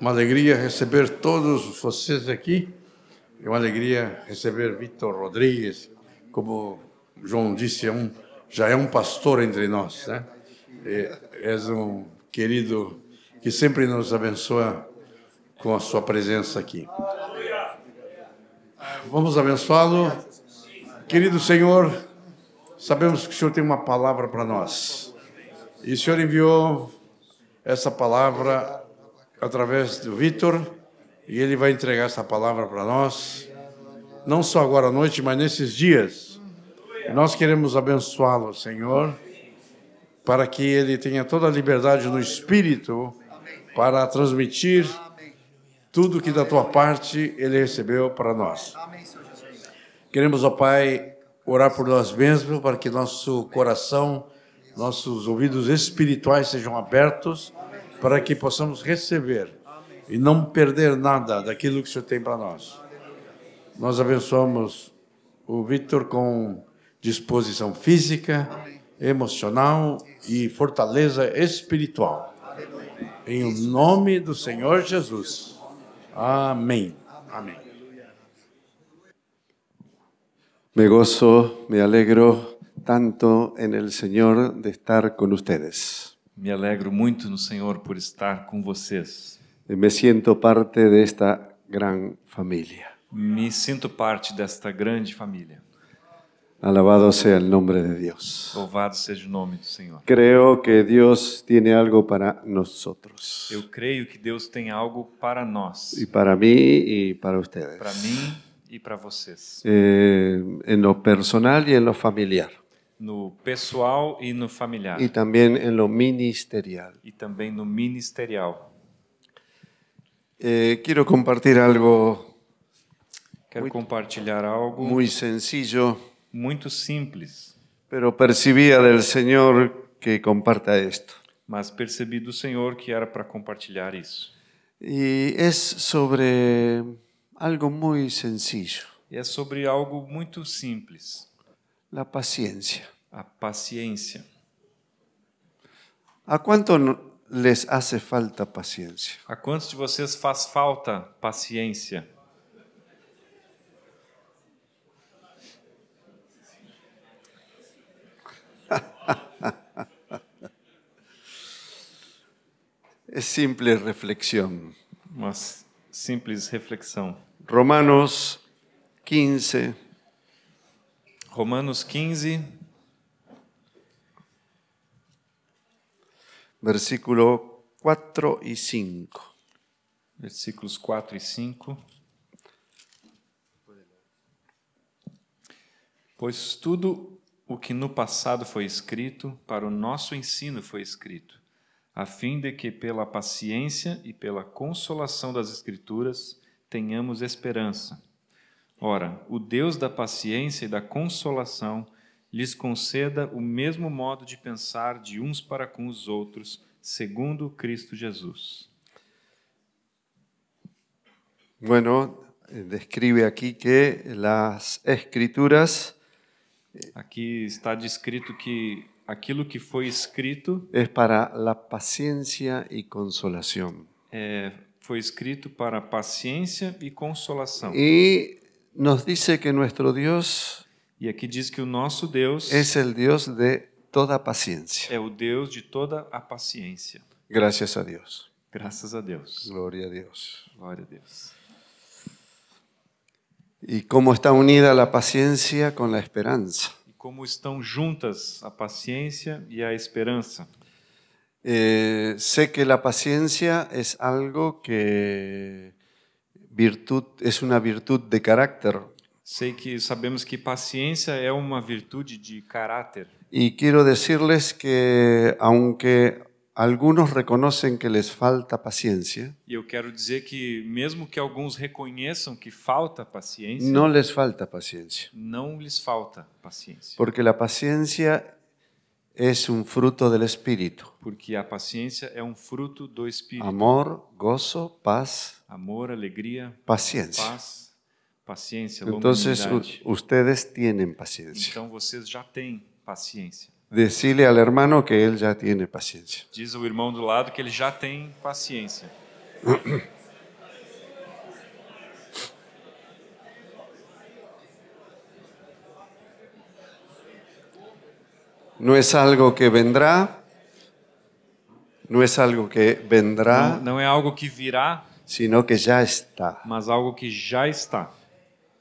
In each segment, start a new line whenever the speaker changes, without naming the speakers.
uma alegria receber todos vocês aqui. É uma alegria receber Vitor Rodrigues, como o João disse, é um, já é um pastor entre nós, né? É, és um querido que sempre nos abençoa com a sua presença aqui. Vamos abençoá-lo. Querido Senhor, sabemos que o Senhor tem uma palavra para nós. E o Senhor enviou essa palavra através do Vitor e ele vai entregar essa palavra para nós, não só agora à noite, mas nesses dias. E nós queremos abençoá-lo, Senhor, para que ele tenha toda a liberdade no espírito para transmitir tudo que da tua parte ele recebeu para nós. Queremos, ó Pai, orar por nós mesmos para que nosso coração, nossos ouvidos espirituais sejam abertos para que possamos receber e não perder nada daquilo que o Senhor tem para nós. Nós abençoamos o Victor com disposição física, emocional e fortaleza espiritual. Em o nome do Senhor Jesus. Amén. Amén.
Me gozo, me alegro tanto en el Señor de estar con ustedes.
Me alegro muito no Senhor por estar com vocês.
Me siento parte de esta gran familia.
Me sinto parte desta grande família.
Alabado sea el nombre de Dios.
Louvado seja o nome do Senhor.
Creo que Dios tiene algo para nosotros.
Eu creio que Deus tem algo para nós,
Y para mí y para ustedes.
para mim e para vocês,
Eh, en lo personal y en lo familiar.
no pessoal e no familiar,
Y también en lo ministerial.
e também no ministerial.
Eh, quiero compartir algo
Quero compartilhar algo
muy sencillo,
muito simples,
pero percibía del Señor que comparta esto.
mas percebi do Senhor que era para compartilhar isso.
Y es sobre algo muy sencillo,
E é sobre algo muito simples,
la paciencia.
a paciência.
¿A cuánto no- les hace falta paciencia?
A quantos de vocês faz falta paciência?
Es simple reflexión.
Uma s- simples reflexão.
Romanos 15,
Romanos 15,
versículo 4 y 5.
versículos 4 e 5. Pois tudo o que no passado foi escrito, para o nosso ensino foi escrito, a fim de que pela paciência e pela consolação das Escrituras tenhamos esperança. Ora, o Deus da paciência e da consolação lhes conceda o mesmo modo de pensar de uns para com os outros, segundo Cristo Jesus.
Bueno, eh, describe aquí que las escrituras
Aqui está descrito que aquilo que foi escrito
es para la paciencia y consolación.
é, foi escrito para paciência e consolação.
Y nos dice que nuestro Dios
E aqui diz que o nosso Deus
es el Dios de toda paciencia.
é o Deus de toda a paciência.
Gracias a Dios.
Graças a Deus.
Gloria a Dios.
Glória a Deus.
Y cómo está unida la paciencia con la esperanza.
E como estão juntas a paciência e a esperanza.
Eh, sé que la paciencia es algo que virtud es una virtud de carácter
Sei que sabemos que paciência é uma virtude de caráter.
y quiero decirles que aunque algunos reconocen que les falta paciencia,
E eu quero dizer que, mesmo que alguns reconheçam que falta paciência,
no les falta paciencia,
não lhes falta paciência.
porque la paciencia es un fruto del espíritu,
Porque a paciência é um fruto do Espírito.
amor, gozo, paz,
Amor, alegria,
paciencia.
paz, paciência,
Entonces u-
longanimidade.
ustedes tienen paciencia.
Então vocês já têm paciência.
Decirle al hermano que él ya tiene paciencia.
Diz o irmão do lado que ele já tem paciência.
No es algo que vendrá, no es algo que vendrá,
Não, não é algo que virá,
sino que ya está.
mas algo que já está.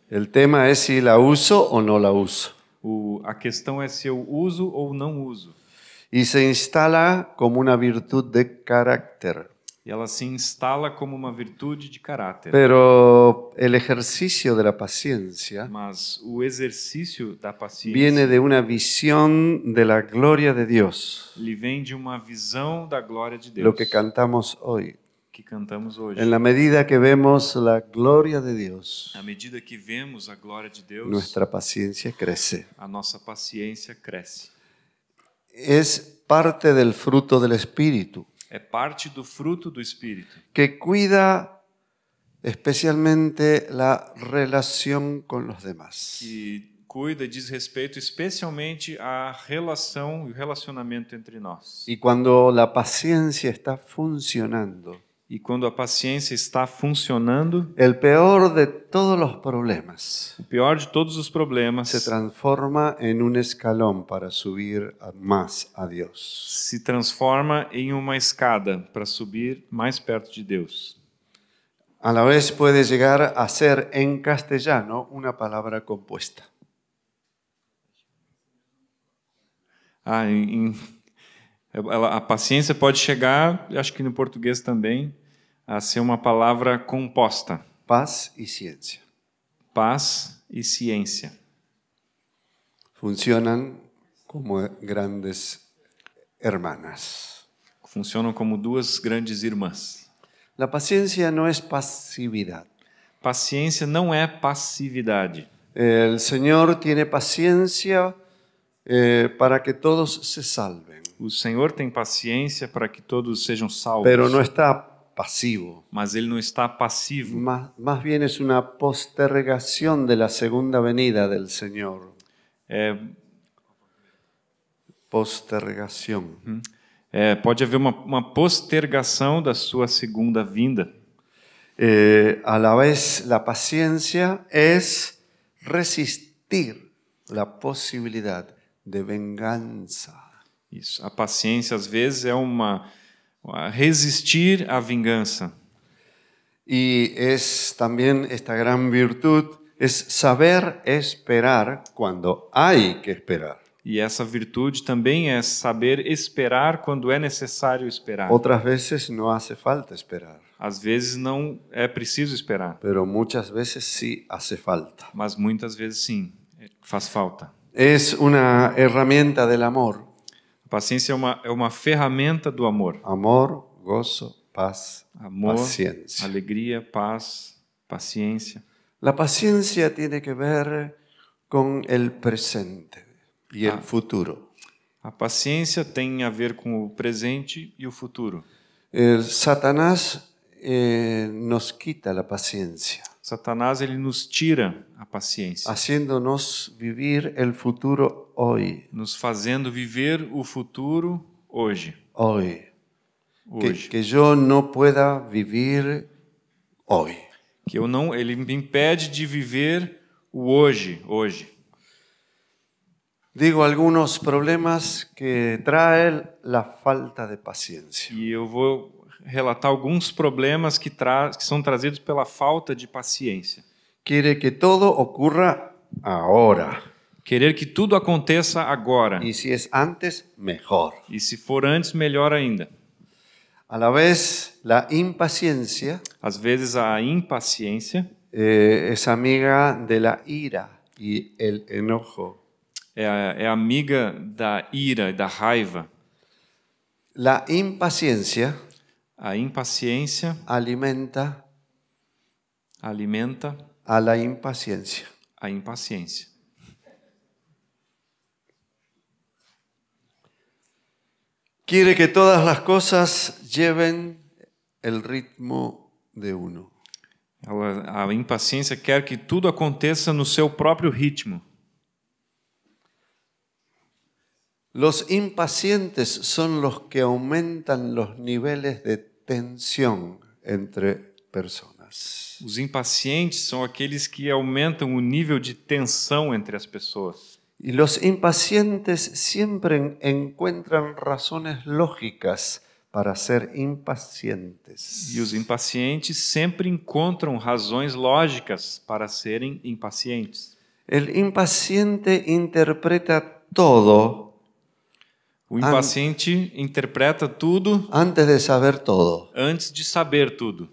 El tema es si la uso o no la uso.
O, a questão é se eu uso ou não uso.
Y se instala como una virtud de carácter.
E ela se instala como uma virtude de caráter.
Pero el ejercicio de la paciencia
Mas o exercício da paciência
viene de una visión de la gloria de Dios,
lhe vem de uma visão da glória de Deus
lo que cantamos hoy.
que cantamos hoje.
En la medida que vemos la gloria de Dios,
À medida que vemos a glória de Deus,
nuestra paciencia crece.
a nossa paciência cresce.
Es parte del fruto del Espíritu,
É parte do fruto do Espírito,
que cuida especialmente la relación con los demás.
que cuida e diz respeito especialmente à relação e o relacionamento entre nós.
Y cuando la paciencia está funcionando,
E quando a paciência está funcionando,
el peor de todos los problemas
o pior de todos os problemas
se transforma en un escalón para subir a- más a Dios.
se transforma em uma escada para subir mais perto de Deus.
A la vez puede llegar a ser en castellano una palabra compuesta.
Ah, em, em- ela- a paciência pode chegar, acho que no português também, a ser uma palavra composta:
Paz y ciencia.
paz e ciência.
Funcionan como grandes hermanas.
Funcionam como duas grandes irmãs.
La paciencia no es pasividad.
Paciência não é passividade.
El Señor tiene paciencia eh, para que todos se salven.
O Senhor tem paciência para que todos sejam salvos,
pero no está pasivo.
mas ele não está passivo.
Más, más bien es una postergación de la segunda venida del Señor.
É,
Postergación.
é, pode haver uma, uma postergação da sua segunda vinda.
Eh, a la vez, la paciencia es resistir la posibilidad de venganza.
Isso. A paciência, às vezes, é uma, uma- resistir à vingança.
Y es también esta gran virtud, es saber esperar cuando hay que esperar.
E essa virtude também é saber esperar quando é necessário esperar.
Otras veces no hace falta esperar,
Às vezes não é preciso esperar,
pero muchas veces sí hace falta.
mas muitas vezes sim, é, faz falta.
Es una herramienta del amor.
A paciência é uma, é uma ferramenta do amor.
Amor, gozo, paz.
Amor,
Paciência.
alegria, paz, paciência.
La paciencia tiene que ver con el presente y el futuro.
A paciência tem a ver com o presente e o futuro.
El Satanás eh, nos quita la paciencia,
Satanás ele nos tira a
Ah.
paciência.
haciéndonos vivir el futuro hoy,
nos fazendo viver o futuro hoje.
hoy. Que-
Hoje.
que yo no pueda vivir hoy.
Que eu não, ele me impede de viver o hoje, hoje.
Digo algunos problemas que trae la falta de paciencia.
E eu vou relatar alguns problemas que, tra que são trazidos pela falta de paciência.
quiere que todo ocurra ahora.
Querer que tudo aconteça agora.
Y si es antes, mejor.
E se for antes, melhor ainda.
A la vez, la impaciencia
Às vezes a impaciência
eh, es amiga de la ira y el enojo.
é, é amiga da ira e da raiva.
La impaciencia
A impaciência
alimenta
alimenta
a la impaciencia.
a impaciência.
Quiere que todas las cosas lleven el ritmo de uno.
Ela, a impaciência quer que tudo aconteça no seu próprio ritmo.
Los impacientes son los que aumentan los niveles de tensión entre personas.
Os impacientes são aqueles que aumentam o nível de tensão entre as pessoas.
Y los impacientes siempre en- encuentran razones lógicas para ser impacientes.
E os impacientes sempre encontram razões lógicas para serem impacientes.
El impaciente interpreta todo
O impaciente interpreta tudo
antes de saber todo.
antes de saber tudo.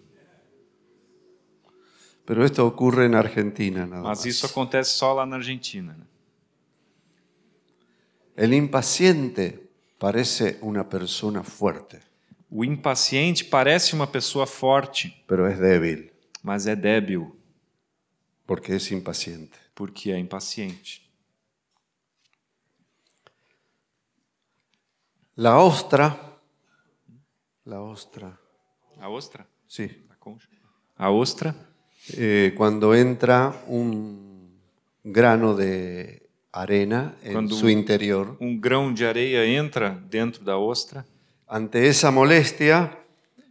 Pero esto ocurre en Argentina nada
Mas
más.
isso acontece só lá na Argentina. né?
El impaciente parece una persona fuerte,
O impaciente parece uma pessoa forte,
pero es débil
mas é débil
porque es impaciente.
porque é impaciente.
La ostra, la ostra,
A ostra?
sí,
A concha? A ostra,
eh, cuando entra un grano de arena en
Cuando-
su interior,
um grão de areia entra dentro da ostra.
ante esa molestia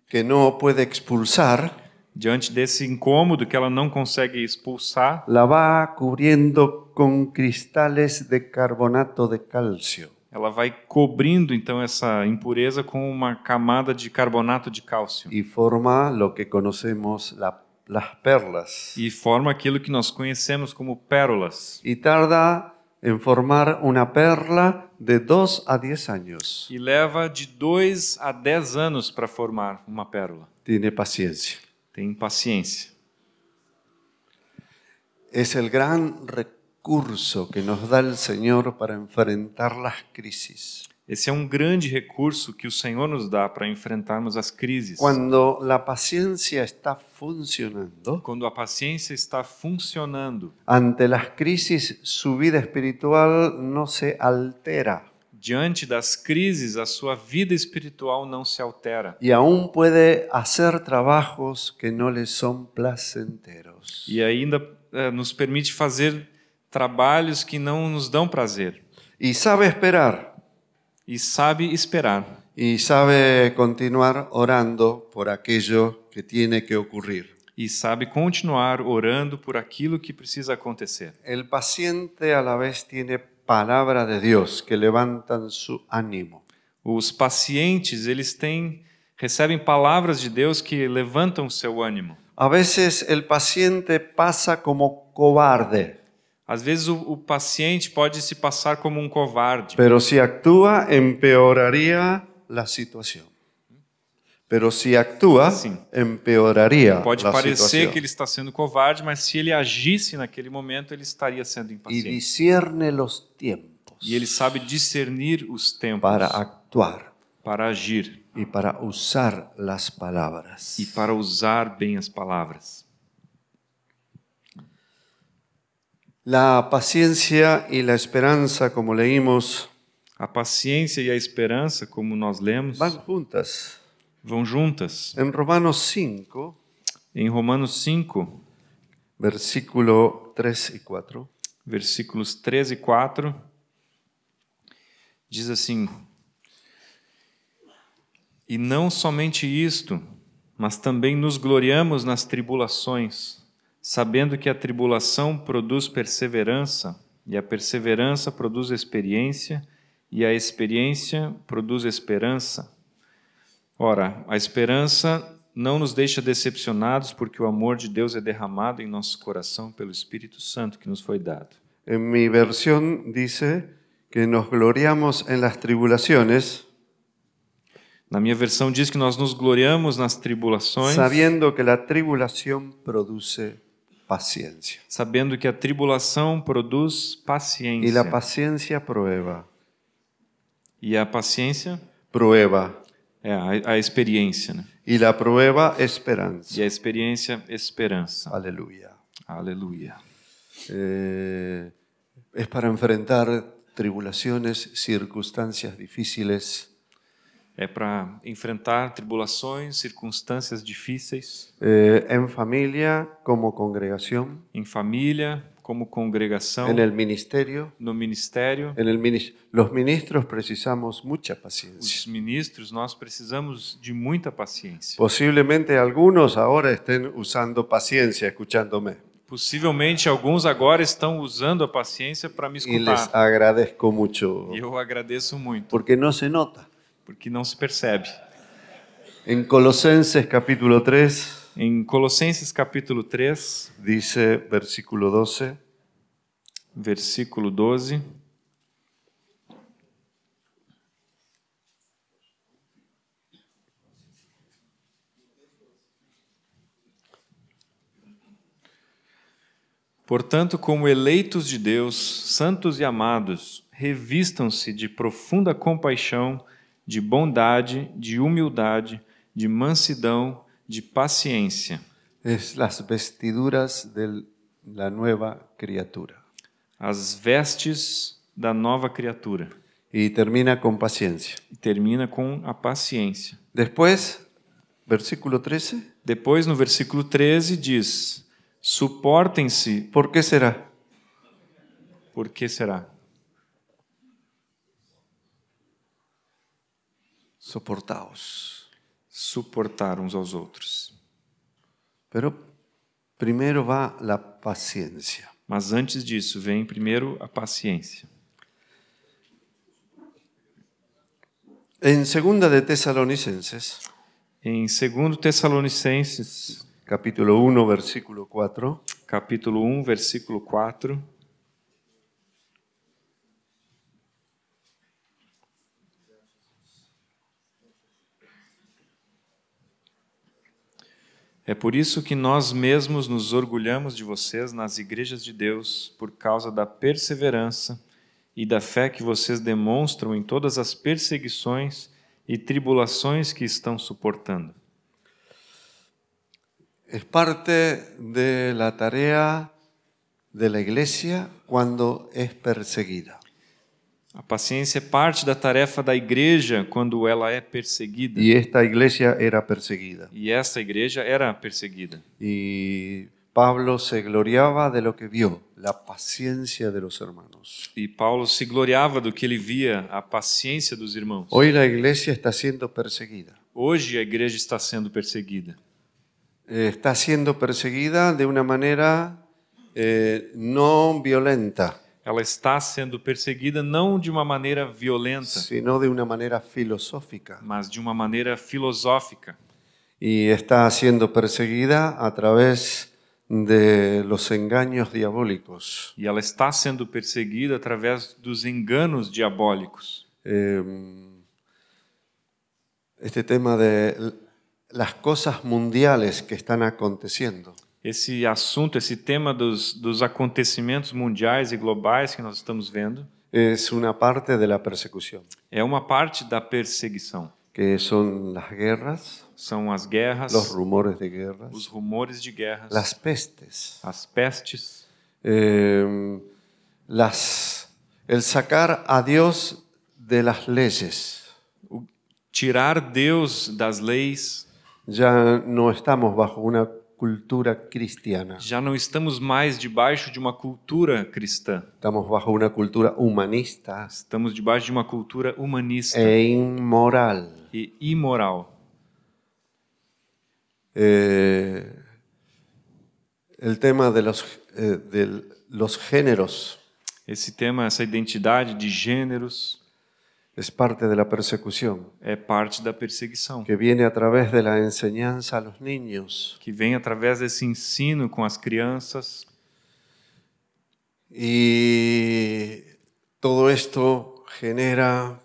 que no puede expulsar,
Diante desse incômodo que ela não consegue expulsar,
la va cubriendo con cristales de carbonato de calcio.
ela vai cobrindo então essa impureza com uma camada de carbonato de cálcio
y forma lo que conocemos la- las perlas.
e forma aquilo que nós conhecemos como pérolas.
Y tarda en formar una perla de 2 a 10 años.
E leva de 2 a 10 anos para formar uma pérola.
Tiene paciencia.
Tem paciência.
Es el gran recurso que nos da el Señor para enfrentar las crisis.
Esse é um grande recurso que o Senhor nos dá para enfrentarmos as crises.
Cuando la paciencia está funcionando,
Quando a paciência está funcionando,
ante las crisis su vida espiritual no se altera
diante das crises, a sua vida espiritual não se altera.
y aún puede hacer trabajos que no le son placenteros.
E ainda eh, nos permite fazer trabalhos que não nos dão prazer.
y sabe esperar
E sabe esperar.
y sabe continuar orando por aquello que tiene que ocurrir.
E sabe continuar orando por aquilo que precisa acontecer.
El paciente a la vez tiene palabra de Dios que levantan su ánimo.
Os pacientes, eles têm recebem palavras de Deus que levantam o seu ânimo.
A veces el paciente pasa como cobarde,
Às vezes o, o paciente pode se passar como um covarde,
pero si actúa empeoraría la situación. Pero si actúa,
Sí.
empeoraría
pode
la
parecer
situación.
que ele está sendo covarde, mas se ele agisse naquele momento, ele estaria sendo
Y
impaciente.
discierne los tiempos
E ele sabe discernir os tempos
para actuar.
para agir
y para usar las palabras.
e para usar bem as palavras.
La paciencia y la esperanza, como leímos,
A paciência e a esperança, como nós lemos,
van juntas.
vão juntas.
En Romanos 5,
Em Romanos 5,
versículo 3 y 4,
versículos 13 e 4, diz assim: E não somente isto, mas também nos gloriamos nas tribulações, sabendo que a tribulação produz perseverança, e a perseverança produz experiência, e a experiência produz esperança. Ora, a esperança não nos deixa decepcionados, porque o amor de Deus é derramado em nosso coração pelo Espírito Santo que nos foi dado.
en mi versión dice que nos gloriamos en las tribulaciones,
Na minha versão diz que nós nos gloriamos nas tribulações,
sabiendo que la tribulación produce paciencia.
sabendo que a tribulação produz
Y
paciência.
la paciencia prueba,
E a paciência
prueba,
é a, a experiência, né?
y la prueba
E
esperanza.
a experiência, esperança.
Aleluya.
Aleluia.
Eh, es para enfrentar tribulaciones, circunstancias difíciles,
É para enfrentar tribulações, circunstâncias difíceis,
eh, en familia, como congregación,
em família, como congregação,
en el ministerio.
no ministério,
En el minis- los ministros precisamos mucha paciencia.
os ministros, nós precisamos de muita paciência.
Posiblemente algunos ahora estén usando paciencia escuchándome
Possivelmente alguns agora estão usando a paciência para me
y les
escutar.
agradezco mucho
E eu agradeço muito,
porque no se nota.
porque não se percebe.
En Colosenses capítulo 3
Em Colossenses capítulo 3,
dice versículo 12,
versículo 12, Portanto, como eleitos de Deus, santos e amados, revistam-se de profunda compaixão, de bondade, de humildade, de mansidão, de paciência,
es las vestiduras de la nueva criatura.
as vestes da nova criatura.
Y termina con paciencia.
E termina com a paciência.
Después, versículo 13,
Depois, no versículo 13, diz: Suportem-se,
¿por qué será?
por que será?
Soportaos.
Suportar uns aos outros.
Pero primero va la paciencia.
Mas antes disso, vem primeiro a paciência.
En segunda de Tesalonicenses,
Em 2 Tessalonicenses,
capítulo 1, versículo 4,
capítulo 1, versículo 4, É por isso que nós mesmos nos orgulhamos de vocês nas igrejas de Deus, por causa da perseverança e da fé que vocês demonstram em todas as perseguições e tribulações que estão suportando.
es parte de la tarea de la iglesia cuando es perseguida.
A paciência é parte da tarefa da igreja quando ela é perseguida.
Y esta iglesia era perseguida.
E essa igreja era perseguida.
Y Pablo se gloriaba de lo que vio, la paciencia de los hermanos.
E Paulo se gloriava do que ele via, a paciência dos irmãos.
Hoy la iglesia está siendo perseguida.
Hoje a igreja está sendo perseguida.
Eh, Está siendo perseguida de una manera eh, no violenta,
Ela está sendo perseguida não de uma maneira violenta,
sino de una manera filosófica.
mas de uma maneira filosófica.
y está siendo perseguida a través de los engaños diabólicos.
E ela está sendo perseguida através dos enganos diabólicos.
Eh, este tema de l- las cosas mundiales que están aconteciendo.
Esse assunto, esse tema dos, dos acontecimentos mundiais e globais que nós estamos vendo,
Es una parte de la persecución,
é uma parte da perseguição.
que son las guerras,
São as guerras,
los rumores de guerras,
os rumores de guerras,
las pestes,
as pestes,
eh, las, el sacar a Dios de las leyes.
o tirar Deus das leis.
Ya no estamos bajo una cultura cristiana,
Já não estamos mais debaixo de uma cultura cristã.
estamos bajo una cultura humanista
Estamos debaixo de uma cultura humanista
e inmoral.
e imoral.
Eh, el tema de los, eh, de los géneros
Esse tema, essa identidade de gêneros,
es parte de la persecución
é parte da perseguição,
que viene a través de la enseñanza a los niños.
que vem através desse ensino com as crianças.
Y todo esto genera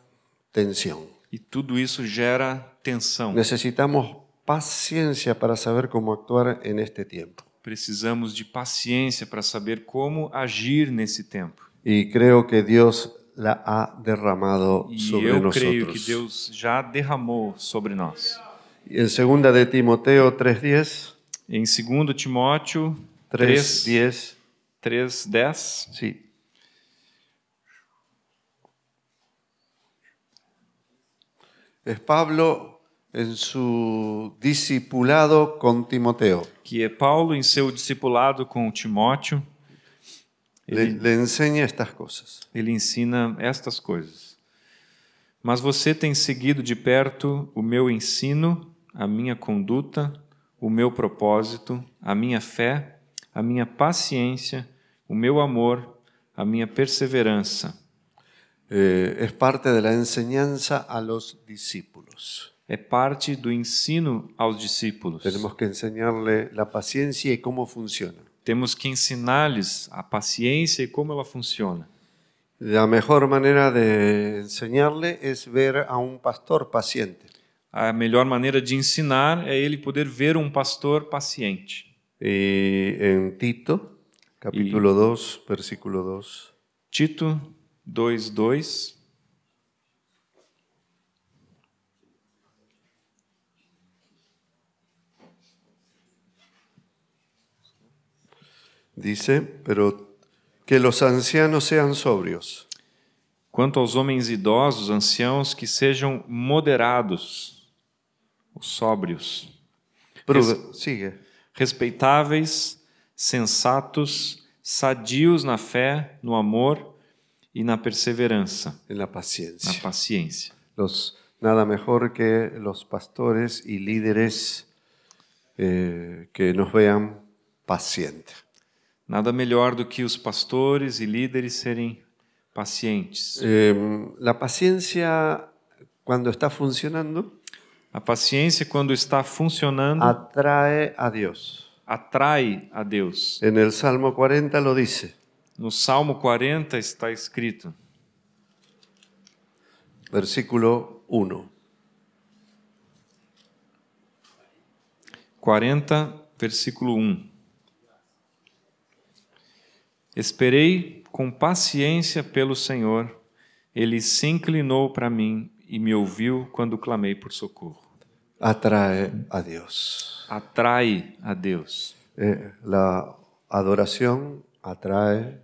tensión.
E tudo isso gera tensão.
Necesitamos paciencia para saber cómo actuar en este tiempo.
Precisamos de paciência para saber como agir nesse tempo.
Y creo que Dios la ha derramado
E
sobre
eu creio que
nosotros.
Deus já derramou sobre nós.
Y En segunda de Timoteo 3.10,
Em 2 Timóteo 3,
3.10,
3, 10,
sí. Es Pablo en su discipulado con Timoteo.
que é Paulo em seu discipulado com Timóteo,
Le, le enseña estas cosas.
Ele ensina estas coisas. Mas você tem seguido de perto o meu ensino, a minha conduta, o meu propósito, a minha fé, a minha paciência, o meu amor, a minha perseverança.
Eh, es parte de la enseñanza a los discípulos.
É parte do ensino aos discípulos.
Tenemos que enseñarle la paciencia y cómo funciona.
Temos que ensinar-lhes a paciência e como ela funciona.
La mejor manera de enseñarle es ver a un pastor paciente.
A melhor maneira de ensinar é ele poder ver um pastor paciente.
Y en Tito, capítulo 2, versículo 2.
Tito 2:2
Dice, pero que los ancianos sean sobrios,
Quanto aos homens idosos, anciãos, que sejam moderados, ou sóbrios,
prude- sigue,
respeitáveis, sensatos, sadios na fé, no amor e na perseverança,
en la
na
paciencia.
paciência.
Los, nada mejor que los pastores y líderes eh, que nos vean pacientes.
Nada melhor do que os pastores e líderes serem pacientes.
Eh, la paciencia, cuando está funcionando,
A paciência, quando está funcionando,
atrae a Dios.
atrai a Deus.
En el Salmo 40 lo dice,
No Salmo 40 está escrito,
versículo 1.
40, versículo 1. Esperei com paciência pelo Senhor, ele se inclinou para mim e me ouviu quando clamei por socorro.
Atrae a Dios.
Atrai a Deus.
Eh, la adoración atrae,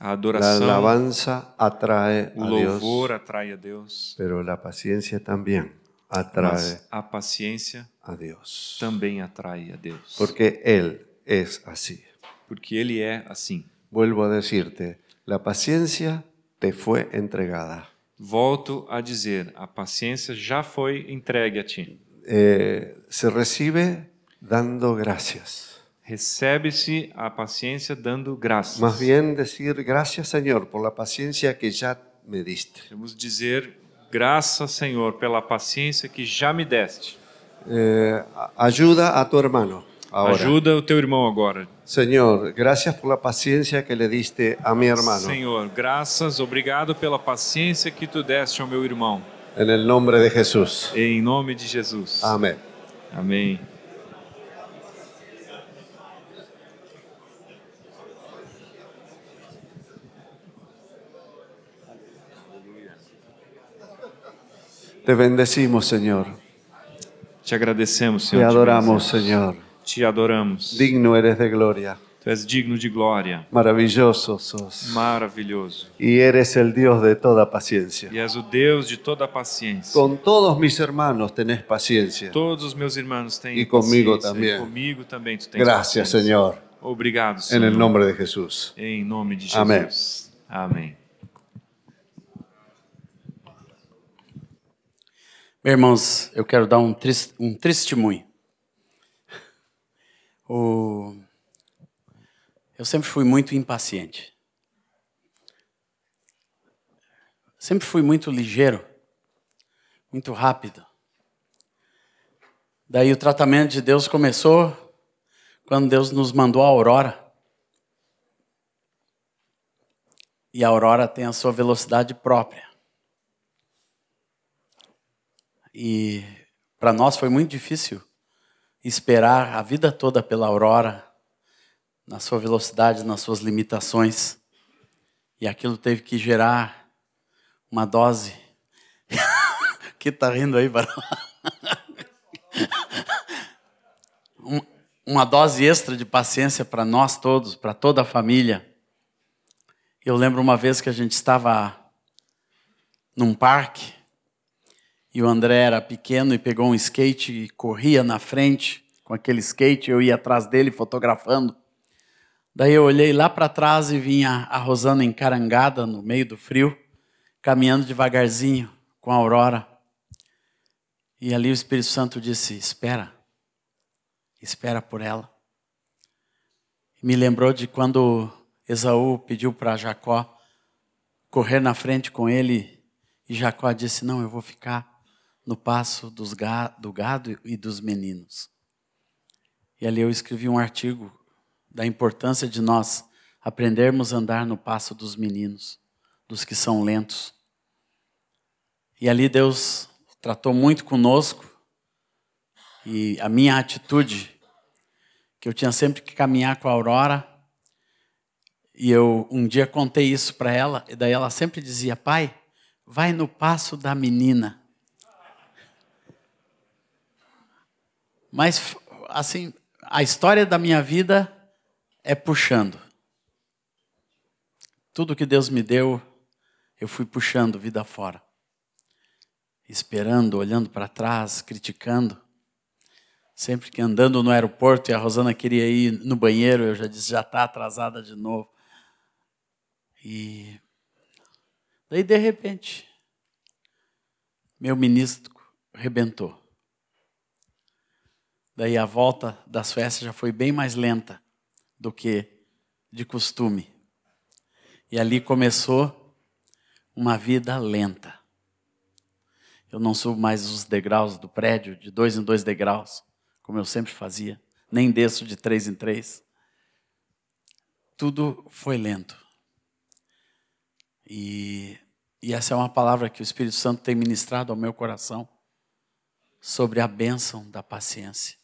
A
la
adoração,
alabanza atrae
o
a Dios,
louvor atrai a Deus,
pero la paciencia también atrae
mas a paciência
a Dios.
também atrai a Deus,
Porque Él es así.
porque ele é assim.
Vuelvo a decirte, la paciencia te fue entregada.
Volto a dizer, a paciência já foi entregue a ti.
Eh, se recibe dando gracias.
Recebe-se a paciência dando graças.
Más bien decir gracias Señor por la paciencia que ya me diste.
Devemos dizer, graças, Senhor, pela paciência que já me deste.
Eh, a- ayuda a tu hermano. Ahora.
Ajuda o teu irmão agora.
Señor, gracias por la paciencia que le diste a mi hermano.
Senhor, graças, obrigado pela paciência que tu deste ao meu irmão.
En el nombre de Jesús.
Em nome de Jesus.
Amén.
Amém.
Te bendecimos, Señor.
Te agradecemos, Senhor.
Te
te
adoramos,
bendizemos.
Señor.
Te adoramos.
Digno eres de gloria.
Tu és digno de glória.
Maravilloso sos.
Maravilhoso.
Y eres el Dios de toda paciencia.
E és o Deus de toda a paciência.
Con todos mis hermanos tenés paciencia.
Todos os meus irmãos têm
E comigo
paciência,
também.
E comigo também tu tens
Gracias,
paciência.
Señor.
Obrigado,
En
Senhor.
el nombre de Jesús.
Em nome de
Amém.
Jesus. Amém.
Meus irmãos, eu quero dar um triste, um testemunho. O... Eu sempre fui muito impaciente. Sempre fui muito ligeiro, muito rápido. Daí o tratamento de Deus começou quando Deus nos mandou a aurora. E a aurora tem a sua velocidade própria. E para nós foi muito difícil esperar a vida toda pela aurora, na sua velocidade, nas suas limitações. E aquilo teve que gerar uma dose. que tá rindo aí, Barão? Um- uma dose extra de paciência para nós todos, para toda a família. Eu lembro uma vez que a gente estava num parque e o André era pequeno e pegou um skate e corria na frente com aquele skate, eu ia atrás dele fotografando. Daí eu olhei lá para trás e vinha a Rosana encarangada no meio do frio, caminhando devagarzinho com a aurora. E ali o Espírito Santo disse: Espera, espera por ela. Me lembrou de quando Esaú pediu para Jacó correr na frente com ele e Jacó disse: Não, eu vou ficar no passo dos ga- do gado e dos meninos. E ali eu escrevi um artigo da importância de nós aprendermos a andar no passo dos meninos, dos que são lentos. E ali Deus tratou muito conosco e a minha atitude, que eu tinha sempre que caminhar com a Aurora, e eu um dia contei isso para ela, e daí ela sempre dizia: Pai, vai no passo da menina. Mas, f- assim, a história da minha vida é puxando. Tudo que Deus me deu, eu fui puxando vida fora. Esperando, olhando para trás, criticando. Sempre que andando no aeroporto e a Rosana queria ir no banheiro, eu já disse, já está atrasada de novo. E daí, de repente, meu ministro rebentou. Daí a volta da Suécia já foi bem mais lenta do que de costume. E ali começou uma vida lenta. Eu não subo mais os degraus do prédio, de dois em dois degraus, como eu sempre fazia, nem desço de três em três. Tudo foi lento. E, e essa é uma palavra que o Espírito Santo tem ministrado ao meu coração sobre a bênção da paciência,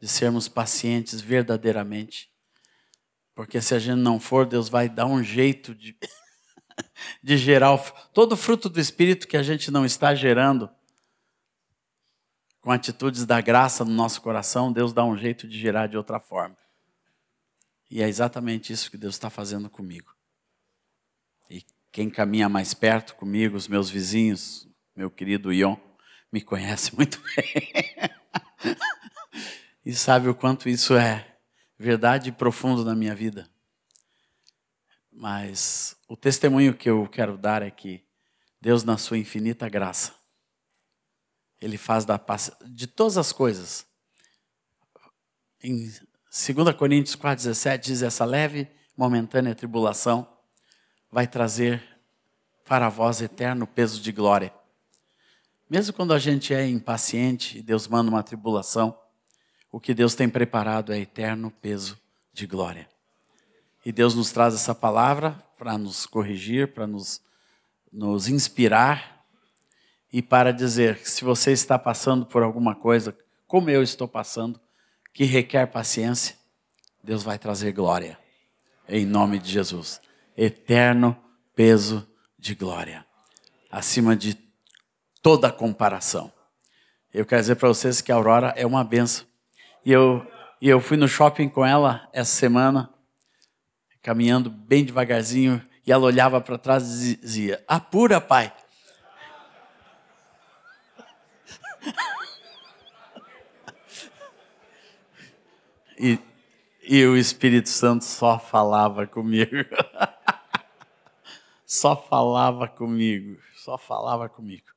de sermos pacientes verdadeiramente. Porque se a gente não for, Deus vai dar um jeito de, de gerar o, fru- todo o fruto do Espírito que a gente não está gerando, com atitudes da graça no nosso coração, Deus dá um jeito de gerar de outra forma. E é exatamente isso que Deus está fazendo comigo. E quem caminha mais perto comigo, os meus vizinhos, meu querido Ion, me conhece muito bem. e sabe o quanto isso é verdade e profundo na minha vida. Mas o testemunho que eu quero dar é que Deus, na sua infinita graça, Ele faz da paz de todas as coisas. Em 2 Coríntios 4,17 diz: essa leve, momentânea tribulação vai trazer para vós eterno peso de glória. Mesmo quando a gente é impaciente e Deus manda uma tribulação, o que Deus tem preparado é eterno peso de glória. E Deus nos traz essa palavra para nos corrigir, para nos, nos inspirar e para dizer que se você está passando por alguma coisa, como eu estou passando, que requer paciência, Deus vai trazer glória. Em nome de Jesus. Eterno peso de glória. Acima de toda comparação. Eu quero dizer para vocês que a Aurora é uma benção. E eu, e eu fui no shopping com ela essa semana, caminhando bem devagarzinho, e ela olhava para trás e dizia: Apura, pai. E, e o Espírito Santo só falava comigo. só falava comigo. Só falava comigo.